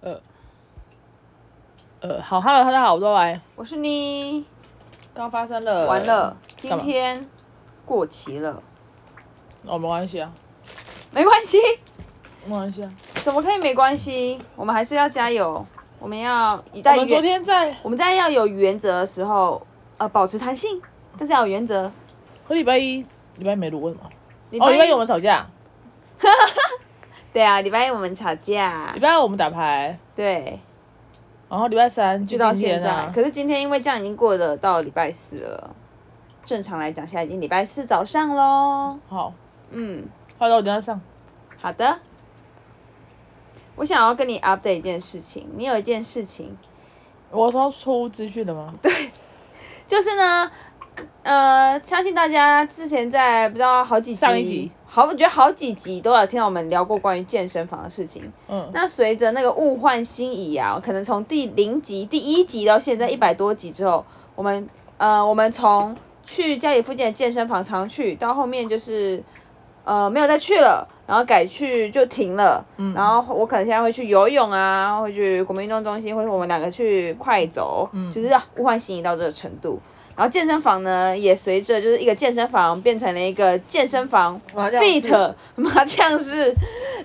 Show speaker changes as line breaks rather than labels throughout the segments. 呃呃，好，Hello，大家好，我是来，
我是你，
刚发生了，
完了，今
呃干嘛
天过期了，
哦，没关系啊，
没关系，
没关系啊。
怎么可以没关系？我们还是要加油，我们要以
我
待
们昨
原，
天在
我们在要有原则的时候，呃，保持弹性，但是要有原则。
和礼拜一，礼拜一没录，为什么？
礼
哦，礼拜一
一啊
我们吵架，
对啊，礼拜一我们吵架
礼，拜二我们打牌，
对，
然后礼拜三就
就到
今
现
天
在。
啊。
可是今天因为这样已经过了到礼拜四了，正常来讲现在已经礼拜四早上喽。
好，
嗯，
后来我等一下上，
好的。我想要跟你 update 一件事情，你有一件事情
我是要出资讯的 吗？对，
就是呢，呃，相信大家之前在不知道好几集
上一集
好，我觉得好几集都有听到我们聊过关于健身房的事情。
嗯，
那随着那个物换星移啊，可能从第零集、第一集到现在一百多集之后，我们呃，我们从去家里附近的健身房常去，到后面就是呃没有再去了，然后改去就停了。嗯，然后我可能现在会去游泳啊，会去国民运动中心，或者我们两个去快走，嗯，就是物换星移到这个程度。然后健身房呢，也随着就是一个健身房变成了一个健身房
麻将室
fit 麻将室，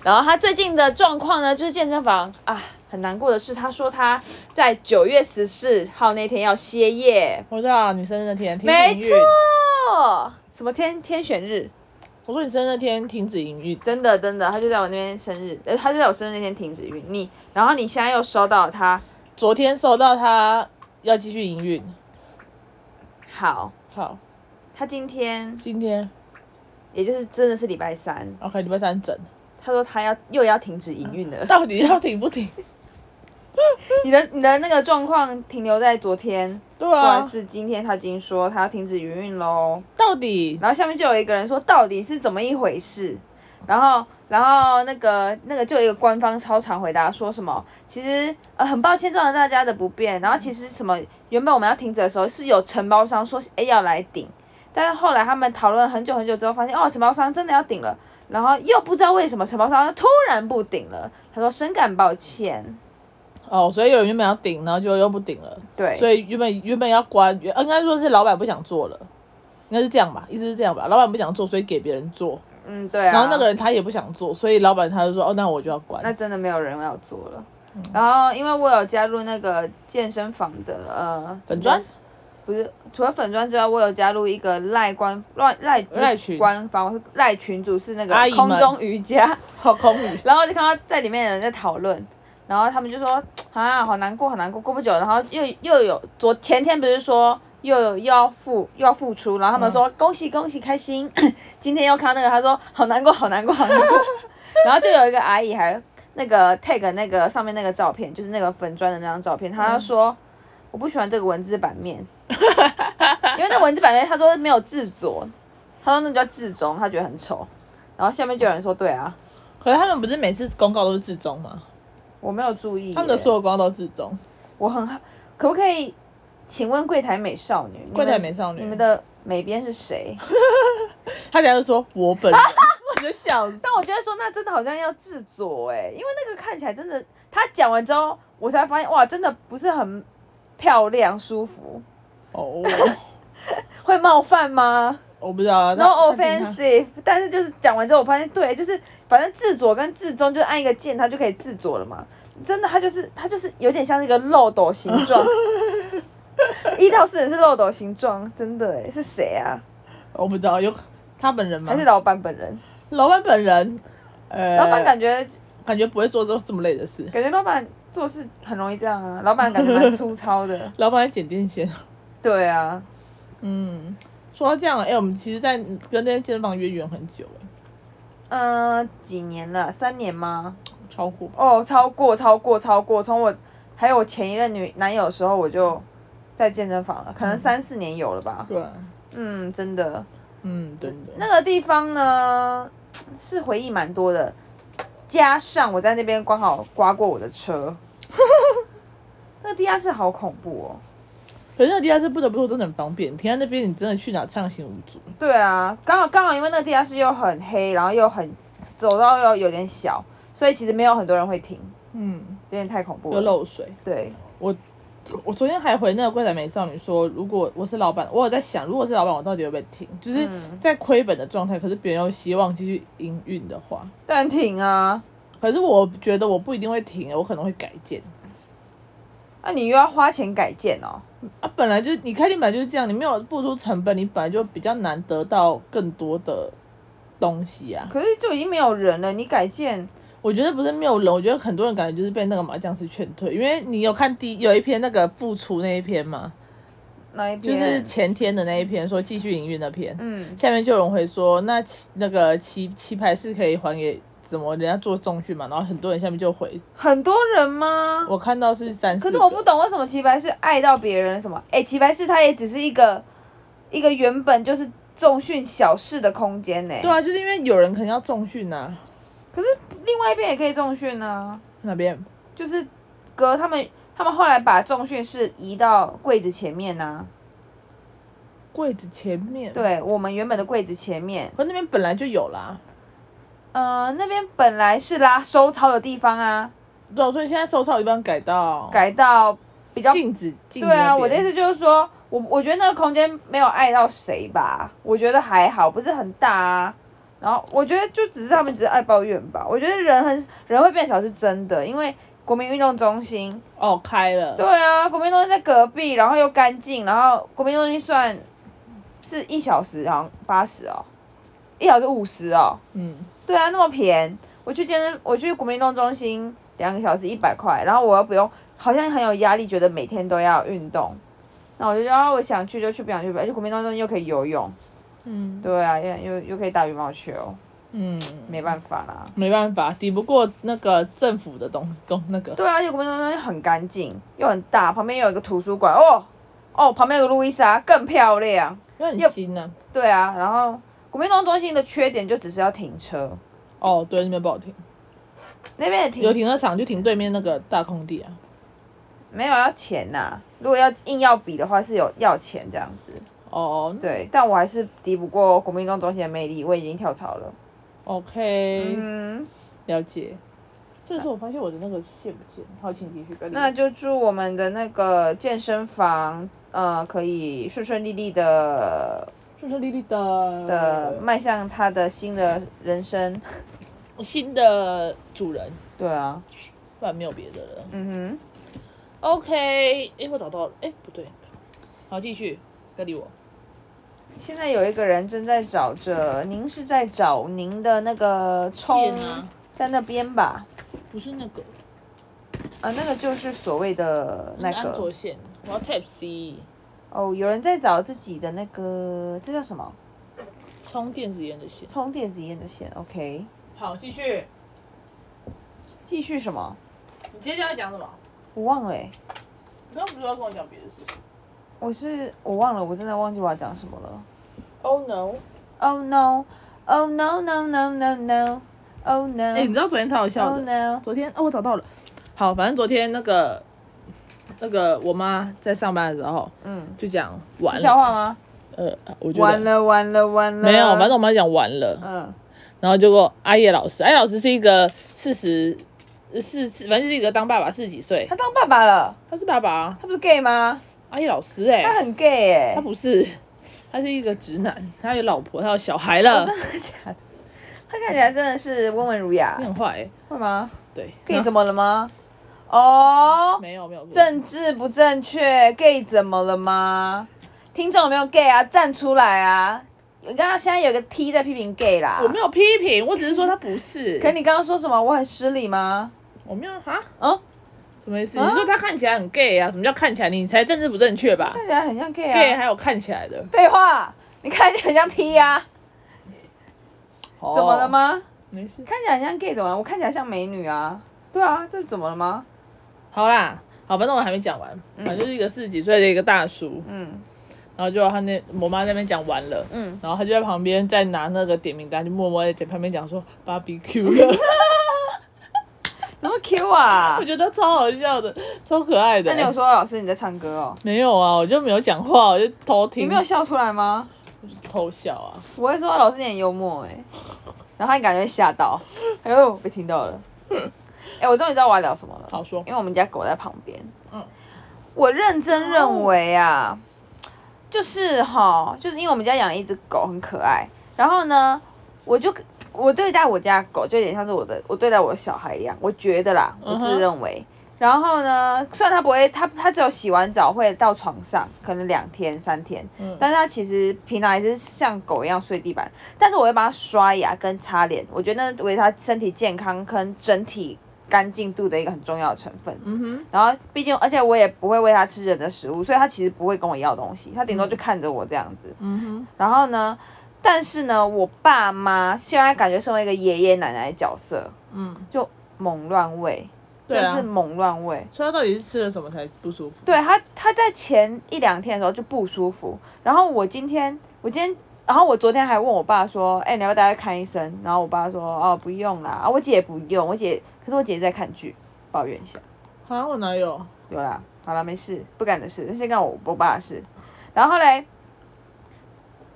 然后他最近的状况呢，就是健身房啊，很难过的是，他说他在九月十四号那天要歇业，
我知道你生日那天停止营
没
运
错，，什么天天选日，
我说你生日那天停止营运，
真的真的，他就在我那边生日，呃，他就在我生日那天停止运你，然后你现在又收到了他，
昨天收到他要继续营运，
好，
好，
他今天
今天
也就是真的是礼拜三，
OK，礼拜三整，
他说他要又要停止营运了，
到底要停不停？
你的你的那个状况停留在昨天，
对
不然
啊，
是今天他已经说他要停止营运喽。
到底
然后下面就有一个人说到底是怎么一回事，然后然后那个那个就有一个官方超长回答说什么，其实呃很抱歉造成大家的不便，然后其实什么原本我们要停止的时候是有承包商说哎要来顶，但是后来他们讨论很久很久之后发现哦承包商真的要顶了，然后又不知道为什么承包商突然不顶了，他说深感抱歉，
哦，所以有人原本要顶，然后就又不顶了，
对，
所以原本原本要关，原呃应该说是老板不想做了，应该是这样吧，意思是这样吧，老板不想做，所以给别人做，
嗯对啊，
然后那个人他也不想做，所以老板他就说，哦，那我就要关，嗯
那真的没有人要做了。然后，因为我有加入那个健身房的呃
粉专，
不是除了粉砖之外，我有加入一个赖官赖赖
赖群
官方，我是赖群主是那
阿
个
姨们
空中瑜伽，
好空余，
然后就看到在里面的人在讨论，然后他们就说啊好难过好难过，过不久，然后又又有昨前天不是说又有又要付又要付出，然后他们说、恭喜恭喜开心， 今天又看到那个他说好难过好难过好难过， 然后就有一个阿姨还那个 tag 那个上面那个照片，就是那个粉砖的那张照片，她说。我不喜欢这个文字版面， 因为那文字版面他说没有自左，他说那叫自中，他觉得很丑。然后下面就有人说，对啊，
可是他们不是每次公告都是自中吗？
我没有注意耶。
他们的所有公告都自中，
我很好，可不可以？请问柜台美少女，你们
柜台美少女
你们的美编 是谁？
他等下就说我本人，我就笑死，
但 我觉得说那真的好像要制作哎、因为那个看起来真的，他讲完之后，我才发现哇，真的不是很漂亮舒服，
哦，
会冒犯吗？
我不知道啊
no
他他听他
offensive，但是就是讲完之后，我发现对，就是反正自左跟自中就按一个键，它就可以自左了嘛。真的，它就是它就是有点像那个漏斗形状，一到四人是漏斗形状，真的哎，是谁啊？
我不知道有他本人吗
还？是老板本人？
老板本人，嗯呃，
老板感觉
感觉不会做这这么累的事，
感觉老板做事很容易这样啊，老板感觉蛮粗糙 的。
老板在剪电线。
对啊，
嗯，说到这样，哎、我们其实，在跟那些健身房约远很久、哎，
嗯、几年了？三年吗？
超过吧。
哦，超过超过超过，从我还有我前一任女男友的时候，我就在健身房了，可能三四年有了吧。
嗯对啊，
嗯，真的，
嗯，真的。
那个地方呢是回忆蛮多的，加上我在那边刚好刮过我 的车，那个地下室好恐怖哦。
可是那个地下室不得不说真的很方便，啊停在那边你真的去哪畅行无阻。
对啊，刚好刚好因为那个地下室又很黑，然后又很走道又有点小，所以其实没有很多人会停。
嗯，
有点太恐怖
有
了。
漏水。
对，
我昨天还回那个柜台美少女说，如果我是老板，我有在想，如果是老板，我到底会不会停？就是
嗯
在亏本的状态，可是别人又希望继续营运的话，
当然挺啊，
可是我觉得我不一定会停，我可能会改建。
那、啊你又要花钱改建哦。
啊，本来就你开店本来就是这样，你没有付出成本，你本来就比较难得到更多的东西啊。
可是就已经没有人了，你改建，
我觉得不是没有人，我觉得很多人感觉就是被那个麻将师劝退，因为你有看第有一篇那个付出那一篇吗？
那一边
就是前天的那一篇说继续营运那篇，
嗯，
下面就有人会说，那棋那个棋棋牌是可以还给怎么人家做重训嘛？然后很多人下面就回，
很多人吗？
我看到是三
可
四
是
个，
我不懂为什么齐白石爱到别人什么？哎、齐白石他也只是一个一个原本就是重训小事的空间呢、
对啊，就是因为有人可能要重训啊，
另外一边也可以重训啊，
那边
就是隔他们他们后来把重训室移到柜子前面呐、
柜子前面，，
对我们原本的柜子前面，
可那边本来就有啦，
呃，那边本来是拉收操的地方啊，
对啊，所以现在手套一般改到
改到比较
镜子镜子
对啊，
那边
我的意思就是说，我我觉得那个空间没有碍到谁吧，我觉得还好，不是很大啊。然后我觉得就只是他们只是爱抱怨吧。我觉得人很人会变少是真的，因为国民运动中心，
哦开了，
对啊，国民运动中心在隔壁，然后又干净，然后国民运动中心算是一小时好像八十哦，一小时五十哦，
嗯，
对啊，那么便宜。我去健身，我去国民运动中心两个小时一百块，然后我又不用，好像很有压力，觉得每天都要运动。那我就说，啊，我想去就去，不想去不要去。而且国民运动中心又可以游泳，
嗯
对啊，又又又可以打羽毛球，
嗯，
没办法啦。
没办法，抵不过那个政府的东东那个，
对啊，而且国民运动中心很干净，又很大，旁边又有一个图书馆，哦哦，旁边有个路易莎，更漂亮。
因为
又
很新呢、
对啊，然后国民运动中心的缺点就只是要停车，
哦，对，那边不好停，
那边也停
有停车场就停对面那个大空地啊。
没有要钱呐、如果要硬要比的话，是有要钱这样子。
哦
对，但我还是敌不过国民运动中心的魅力，我已经跳槽了。
，OK，、
嗯，
了解。这时候我发现我的那个线不见，好，请继续。不要理我
那就祝我们的那个健身房，呃，可以顺顺利利的
顺顺利利的
的迈向他的新的人生。
新的主人，
对啊，
不然没有别的了。
嗯
OK，哎、我找到了，哎、不对，好，继续，不要理我。
哼，现在有一个人正在找着，您是在找您的那个冲
线啊，
在那边吧？
不是那个，
啊，那个就是所谓的那
是安
个
卓线，我要 Type C，
哦，有人在找自己的那个，这叫什么？
充电子烟的线。
充电子烟的线，OK。
好，继续，
继续什么？
你接下来讲什么？
我忘了、欸，
你刚刚不是要跟我讲别的事情
我是我忘了，我真的忘记我要讲什么了。
？Oh no！
Oh no, oh no no no no no, oh
哎、
no,
你知道昨天超好笑
oh
的
no。
昨天哦，我找到了。好，反正昨天那个那个我妈在上班的时候
嗯，
就讲
是
完
笑
了，
话吗？
呃，我觉得
完了完了完了。
没有，反正我妈讲完了，
嗯
然后结果阿叶老师，阿叶老师是一个四十四，反正就是一个当爸爸四十几岁
他，当爸爸了，
他是爸爸啊，
他不是 gay 吗？
阿叶老师哎、
他很 gay 哎、
他不是，他是一个直男，他有老婆，他有小孩了，
哦真的假的？他看起来真的是温文儒雅
你，很坏、欸，
会吗
对
？gay 怎么了吗？哦、
没有没有
政治不正确，gay 怎么了吗？听众有没有 gay 啊？站出来啊！我刚刚现在有个 T 在批评 gay 啦，
我没有批评，我只是说他不是，
可你刚刚说什么？我很失礼吗？
我没有哈。
嗯，
什么意思？
啊
你说他看起来很 gay 啊？什么叫看起来？你才政治不正确吧
看起来很像 gay 啊。
？gay 还有看起来的，
废话，你看起来很像 T 呀、啊，
怎
怎么了？吗？
哦没事。
看起来很像 gay 怎么了？我看起来像美女啊。对啊，这怎么了吗？
好啦，好，反正我还没讲完，反正就是一个四十几岁的一个大叔，
嗯
然后就他那我妈那边讲完了，
嗯，
然后他就在旁边在拿那个点名单，就默默地在旁边讲说 barbecue 了，
那么 Q 啊
我？觉得超好笑的，超可爱的。
那你有说老师你在唱歌哦？
没有啊？我就没有讲话，我就偷听，
你没有笑出来吗？
偷笑啊？
我会说 欸老师你很幽默哎、然后他感觉会吓到，哎呦被听到了。哎、我终于知道我要聊什么了。
好说
因为我们家狗在旁边。
嗯哦
嗯，我认真认为啊，就是哈，就是因为我们家养了一只狗，很可爱。然后呢，我就我对待我家狗就有点像是我的我对待我的小孩一样，我觉得啦，我
嗯哼
自认为。然后呢，虽然它不会，它它只有洗完澡会到床上，可能两天三天，
嗯
但是它其实平常还是像狗一样睡地板，但是我会帮它刷牙跟擦脸，我觉得那为它身体健康跟整体干净度的一个很重要的成分。
嗯哼，
然后毕竟，而且我也不会喂它吃人的食物，所以它其实不会跟我要东西，它顶多就看着我这样子。
嗯哼，
然后呢，但是呢，我爸妈现在感觉身为一个爷爷奶奶的角色，
嗯，
就猛乱喂，
对啊
就是猛乱喂。
所以他到底是吃了什么才不舒服？，
对他，他在前一两天的时候就不舒服，然后我今天，我今天。然后我昨天还问我爸说：“哎、你要不要带他看医生？”然后我爸说：“哦，不用啦，啊，我姐也不用，我姐可是我姐在看剧，抱怨一下。”
好像我哪有？
有啦，好啦，没事，不干的事，那是干我我爸的事。然后嘞，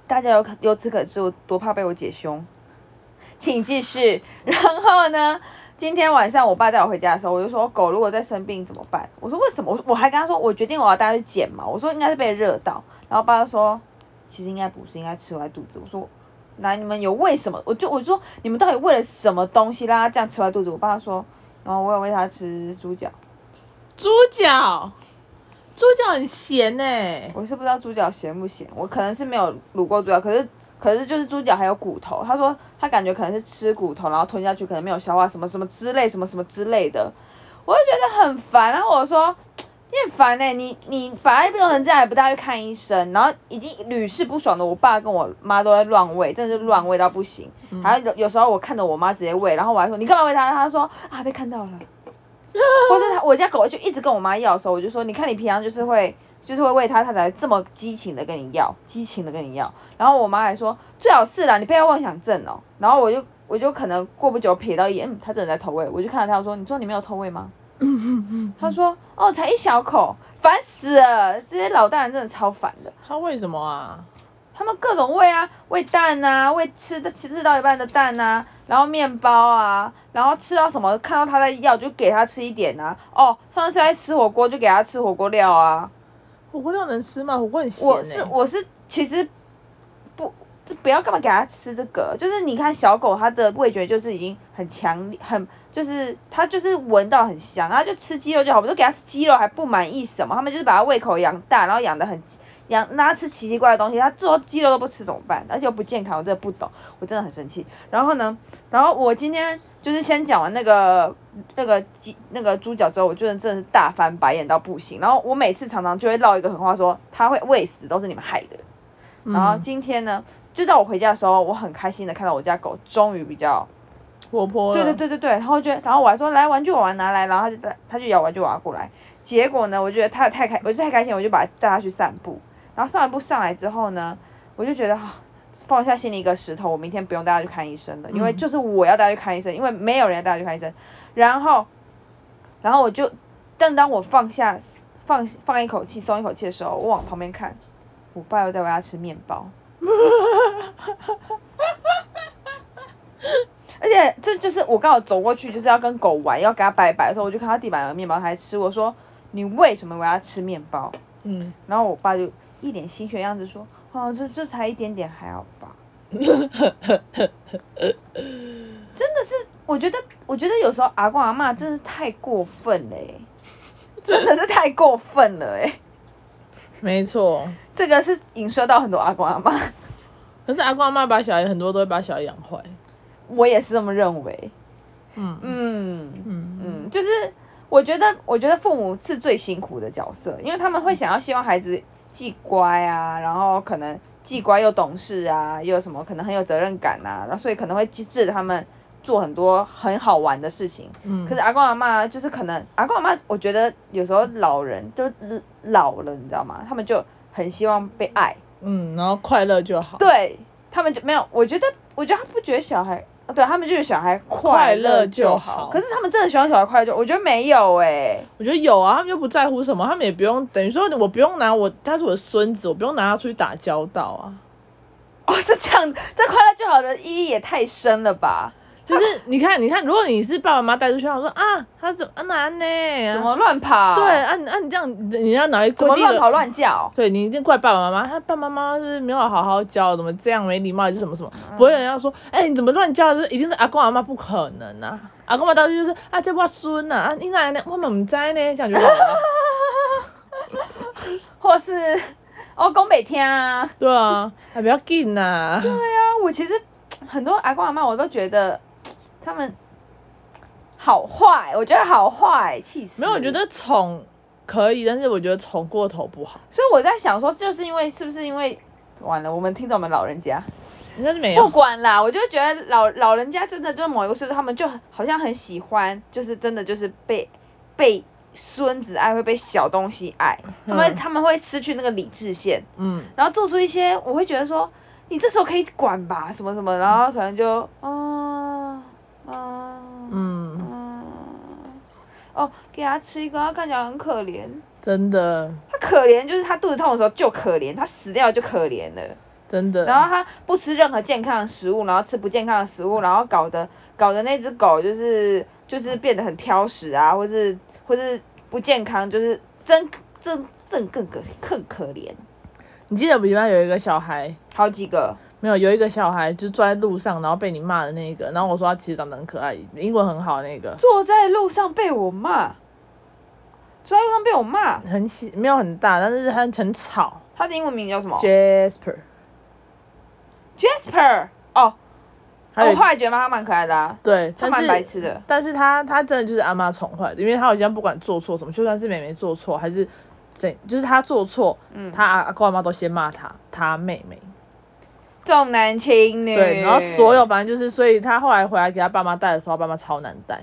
大家有由此可知，我多怕被我姐凶，请继续。然后呢，今天晚上我爸带我回家的时候，我就说狗如果再生病怎么办？我说为什么？我我还跟他说，我决定我要带它去剪毛，我说应该是被热到。然后我爸就说，其实应该不是，应该吃坏肚子。我说。来，你们有为什么？我就我就说你们到底为了什么东西让它这样吃坏肚子？我爸说，然后我有喂它吃猪脚，
猪脚，猪脚很咸呢、
我是不知道猪脚咸不咸，我可能是没有卤过猪脚，可是可是就是猪脚还有骨头，他说他感觉可能是吃骨头，然后吞下去可能没有消化什么什么之类什么什么之类的，我就觉得很烦，然后我说。你很烦哎、你你把它弄成这样，还不带去看医生，然后已经屡试不爽的，我爸跟我妈都在乱喂，真的是乱喂到不行。还有有有时候我看着我妈直接喂，然后我还说你干嘛喂它？她说啊被看到了， 或者它我家狗就一直跟我妈要的时候，我就说你看你平常就是会就是会喂它，它才这么激情的跟你要，激情的跟你要。然后我妈还说最好是啦，你不要妄想症哦。然后我就我就可能过不久瞥到一眼，嗯，它真的在投喂，我就看到它，我说你说你没有投喂吗？他说哦，才一小口，烦死了！这些老大人真的超烦的，
他为什么啊？
他们各种喂啊，喂蛋啊，喂吃的吃吃到一半的蛋啊，然后面包啊，然后吃到什么看到他在要就给他吃一点啊。哦，上次在吃火锅就给他吃火锅料啊。
火锅料能吃吗？火锅很咸欸
我
呢、
是我是其实不就不要干嘛给它吃这个，就是你看小狗它的味觉就是已经很强烈，很就是它就是闻到很香，然后就吃鸡肉就好，我们都给它吃鸡肉还不满意什么，他们就是把它胃口养大，然后养的很养让它吃奇奇怪怪的东西，它最后鸡肉都不吃怎么办？而且又不健康，我真的不懂，我真的很生气。然后呢，然后我今天就是先讲完那个那个鸡那个猪脚之后，我觉得真的是大翻白眼到不行。然后我每次常常就会唠一个狠话说，它会喂死都是你们害的。
嗯
然后今天呢，就到我回家的时候，我很开心的看到我家狗终于比较，
活泼了。
对对对对对，然后就然后我还说来玩具娃娃拿来，然后它就带它就咬玩具娃娃过来。结果呢，我觉得它太开，我就太开心，我就把它带它去散步。然后散完步上来之后呢，我就觉得啊放下心里一个石头，我明天不用带它去看医生了，因为就是我要带它去看医生，因为没有人要带它去看医生。然后，然后我就，但当我放下放放一口气、松一口气的时候，我往旁边看，我爸又在喂它吃面包。而且这就是我刚好走过去，就是要跟狗玩，要跟它拜拜的时候，我就看到地板有面包，它还吃。我说：“你为什么我要吃面包？”
嗯，
然后我爸就一脸心虚的样子说：“哦，这这才一点点，还好吧。”真的是，我觉得，我觉得有时候阿公阿嬷真是太过分了、欸，真的是太过分了、欸，
没错。
这个是影射到很多阿公阿嬷，
可是阿公阿妈把小孩很多都会把小孩养坏。
我也是这么认为。
嗯
嗯
嗯
嗯，就是我觉得，我觉得父母是最辛苦的角色，因为他们会想要希望孩子既乖啊，然后可能既乖又懂事啊，又什么可能很有责任感啊，然后所以可能会机制他们做很多很好玩的事情。
嗯
可是阿公阿妈就是可能阿公阿妈，我觉得有时候老人就是老了，你知道吗？他们就很希望被爱，
嗯，然后快乐就好。
对他们就没有，我觉得，我觉得他不觉得小孩，呃对他们就是小孩
快
快乐
乐就
就
好
可是他们真的喜欢小孩快乐就，我觉得没有哎、
我觉得有啊，他们就不在乎什么，他们也不用等于说我不用拿我他是我的孙子，我不用拿他出去打 交道啊。
哦，是这样，这快乐就好的意义也太深了吧？
就是你看，你看，如果你是爸爸妈妈带出去，我说啊，他怎啊哪呢？
怎么乱跑？
对，啊，你啊你这样，你你要拿一规
怎么
定
乱跑
的，
乱叫？
对你一定怪爸爸妈妈，他爸爸妈妈是不是没有好好教，怎么这样没礼貌，还是什么什么？
嗯
不会有人要说，哎、你怎么乱教？这一定是阿公阿妈，不可能啊！阿公阿妈到处就是啊，这我孙呐、啊，啊你哪呢？我们唔知呢，这样就好了。
或是哦，宫北天啊，
对啊，还不要紧呐。
啊，我其实很多阿公阿妈我都觉得他们好坏，我觉得好坏，气死。
没有，我觉，得宠可以，但是我觉得宠过头不好。
所以我在想说，就是因为是不是因为完了，我们听众们老人家
应该是没
不
有，
管啦，我就觉得老老人家真的就是某一个岁数，他们就好像很喜欢，就是真的就是被被孙子爱，会被小东西爱，他们、
嗯
他们会失去那个理智线，
嗯，
然后做出一些我会觉得说，你这时候可以管吧，什么什么，然后可能就啊啊
嗯，
嗯，哦，给他吃一个，他看起来很可怜。
真的，
他可怜就是他肚子痛的时候就可怜，他死掉就可怜了。
真的。
然后他不吃任何健康的食物，然后吃不健康的食物，然后搞得搞得那只狗就是就是变得很挑食啊，或是或是不健康，就是真真真更可更可怜，
你记得补习班有一个小孩，
好几个。
没有有一个小孩就坐在路上，然后被你骂的那个，然后我说他其实长得很可爱，英文很好那个，
坐在路上被我骂，坐在路上被我骂。
很喜没有很大，但是他很吵。
他的英文名叫什么
Jasper，
？Jasper。哦，
还有
我后来觉得他蛮可爱的啊，
对，
他
但
蛮白
是
痴的。
但是他他真的就是阿妈宠坏的，因为他好像不管做错什么，就算是妹妹做错还是怎，就是他做错，
嗯
他阿公阿妈都先骂他，他妹妹。
重男轻女。
对，然后所有反正就是，所以他后来回来给他爸妈带的时候，他爸妈超难带，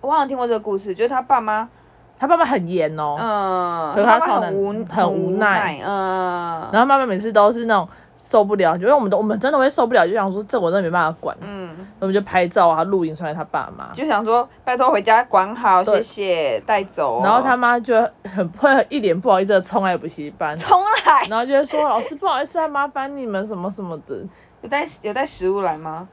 我好像听过这个故事，就是他爸妈，
他爸妈很严哦，
嗯，
可是
他
他
爸
超
很
能
无
很
无
无奈
嗯，
然后妈妈每次都是那种受不了，因为我们都我们真的会受不了，就想说这我真的没办法管，
嗯，
我们就拍照啊、录影传给他爸妈，
就想说拜托回家管好，谢
对
谢带走哦、
然后他妈就很 会一脸不好意思的冲来补习 班，
重 来，
然后就会说老师不好意思啊，麻烦你们什么什么的，
有带有带食物来吗？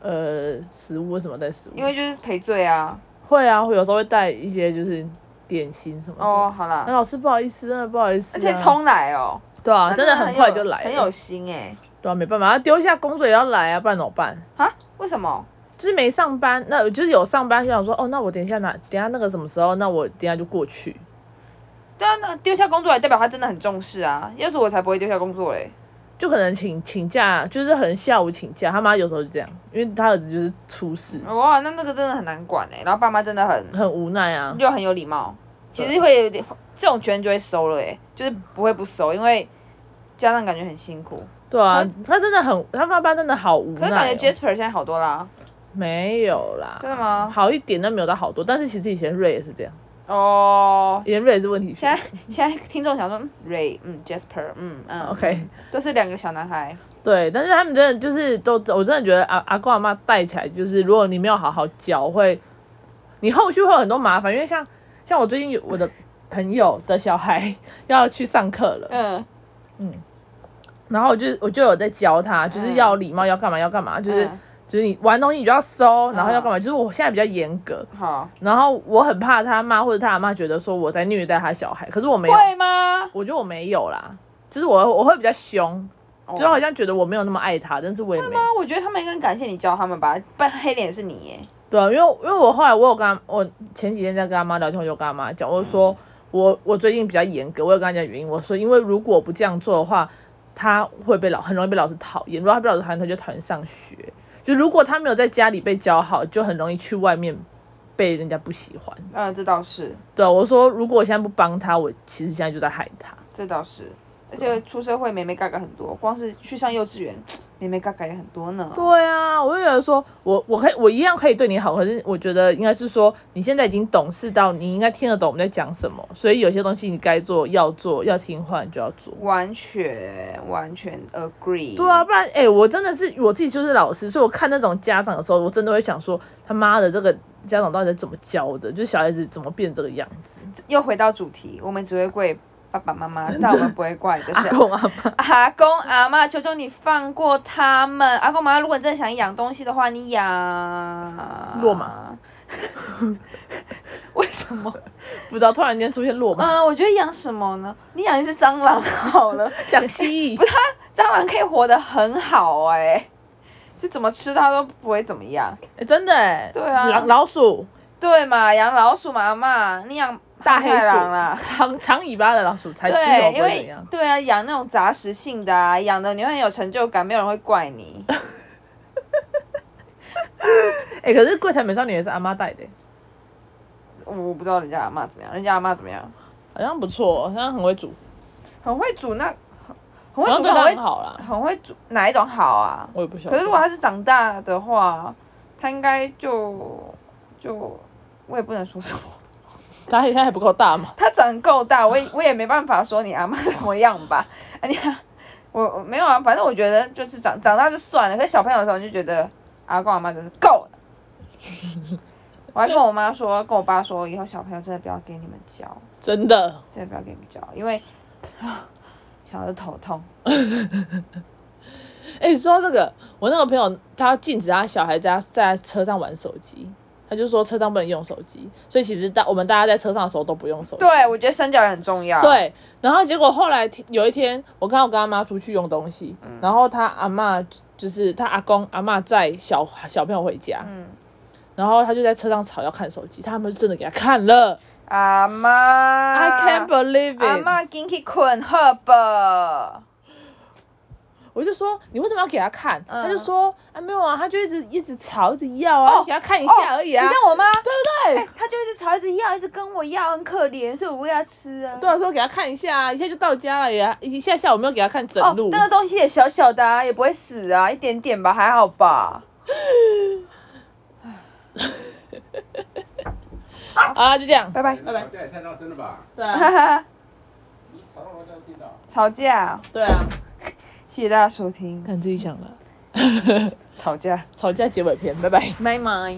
呃，食物为什么带食物？
因为就是赔罪啊。
会啊，会有时候会带一些就是点心什么的。
哦，好
那
啦，
老师不好意思，真的不好意思、
而
嗯啊。
且重来哦，
对啊，真的
很
很
有
快就来了，
很有心哎、
对啊，没办法，他丢下工作也要来啊，不然怎么办？
啊？为什么？
就是没上班，那就是有上班就想说，哦，那我等一下哪，等一下那个什么时候，那我等一下就过去。
对啊，那丢下工作来代表他真的很重视啊。要是我才不会丢下工作嘞。
就可能请请假，就是很下午请假。他妈有时候就这样，因为他儿子就是出事，
哇，那那个真的很难管哎、然后爸妈真的很
很无奈啊。
就很有礼貌。其
对
实会有点这种圈就会收了、欸，就是不会不收，因为家长感觉很辛苦。
对啊，他真的很，他爸爸真的好无
可是感
奈
觉啊
哦、
Jasper 现在好多啦。
没有啦，
真的吗
好一点，但没有到好多。但是其实以前瑞也是这样，
哦、
以前瑞也是问题
现
学
在。现在听众想说嗯 Ray，嗯 Jasper，嗯嗯
OK，
都是两个小男孩。
对，但是他们真的就是都，我真的觉得阿阿公阿妈带起来，就是如果你没有好好教，会你后续会有很多麻烦。因为像像我最近有我的朋友的小孩要去上课了，
嗯，
然后我就我就有在教他，就是要礼貌，要干嘛要干嘛，就是
嗯
就是你玩东西你就要收，然后
嗯
要干嘛，就是我现在比较严格，
好，
然后我很怕他妈或者他阿妈觉得说我在虐待他小孩，可是我没有，
会吗？
我觉得我没有啦，就是我我会比较凶，就好
哦
像觉得我没有那么爱他，但是我也没有。
啊，我觉得他们应该感谢你教他们吧，不然黑脸是你耶。
对啊，因为因为我后来我有跟他，我前几天在跟他妈聊天，我就跟他妈讲，我就说我我最近比较严格，我有跟他讲原因，我说因为如果不这样做的话，他会被老很容易被老师讨厌，如果他被老师讨厌，他就讨厌上学。就如果他没有在家里被教好，就很容易去外面被人家不喜欢。
嗯，这倒是，
对啊、我说如果我现在不帮他，我其实现在就在害他。
这倒是。而且出社会，妹妹嘎嘎很多，光是去上幼稚园，妹妹嘎嘎也很多呢。
对啊，我就觉得说，我我可以我一样可以对你好，可是我觉得应该是说，你现在已经懂事到你应该听得懂我们在讲什么，所以有些东西你该做要做，要听话你就要做。
完全完全 agree。
对啊，不然哎、我真的是我自己就是老师，所以我看那种家长的时候，我真的会想说，他妈的这个家 长到底怎么教的，就小孩子怎么变这个样子？
又回到主题，我们只会跪爸爸妈妈，但我们不会怪你，就
阿
是
公阿爸，
阿公阿妈，求求你放过他们。阿公妈妈，如果你真的想养东西的话，你养
骆马。
为什么？
不知道突然间出现落马，
嗯、我觉得养什么呢？你养一只蟑螂好了，
讲 蜥蜴，
蟑螂可以活得很好哎、就怎么吃它都不会怎么样。
诶真的哎，
对啊
老老鼠，
对嘛，养老鼠嘛，阿妈，你养
大黑
太郎啦
鼠，长长尾巴的老鼠才吃什么
对，
不
因
会怎
为
样？
对啊，养那种杂食性的啊，养的你会很有成就感，没有人会怪你。
哎，可是柜台美少女也是阿妈带的，
我不知道人家阿妈怎么样，人家阿妈怎么样，
好像不错，好像很会煮，
很会煮那，
好
很会
像
煮
对
那
她很
很会
好啦。
很会煮哪一种好啊？
我也不晓得。
可是如果他是长大的话，他应该就就我也不能说什么，
他现在还不够大嘛？
他长够大，我也我也没办法说你阿妈怎么样吧， 啊你啊我我没有啊，反正我觉得就是长长大就算了，可是小朋友的时候你就觉得阿公阿妈真是够了。 我还跟我妈说，跟我爸说，以后小朋友真的不要给你们教，
真的，
真的不要给你们教，因为啊想着头痛。
哎、你说到这个，我那个朋友他禁止他小孩在他在车上玩手机，他就说车上不能用手机，所以其实大我们大家在车上的时候都不用手机。
对，我觉得身教也很重要。，
对，然后结果后来听有一天，我刚好跟他妈出去用东西，然后他阿嬷就是他阿公阿嬷载小小朋友回家，
嗯
然后他就在车上吵要看手机，他们就真的给他看了、
阿妈
i can't believe it！
阿妈进去困好吧？
我就说你为什么要给他看？
嗯
他就说啊没有啊，他就一直一直吵，一直要啊，
哦
给他看一下而已啊
你。像我妈，哎
对不对？
她就一直吵，一直要，一直跟我要，很可怜，所以我喂她吃啊。
对啊，说给他看一下啊，一下就到家了呀，一下下午没有给他看整
哦
路，，
那个东西也小小的啊，也不会死啊，一点点吧，还好 吧。
好啊啦，就这样。
拜拜。
拜拜
吵架也太大声了吧！
对
哈
啊，
哈，
你吵到楼下都听到。
吵架，
对啊，
谢谢大家收听。
看自己想了。
吵架，
吵架结尾篇，拜拜。
拜拜。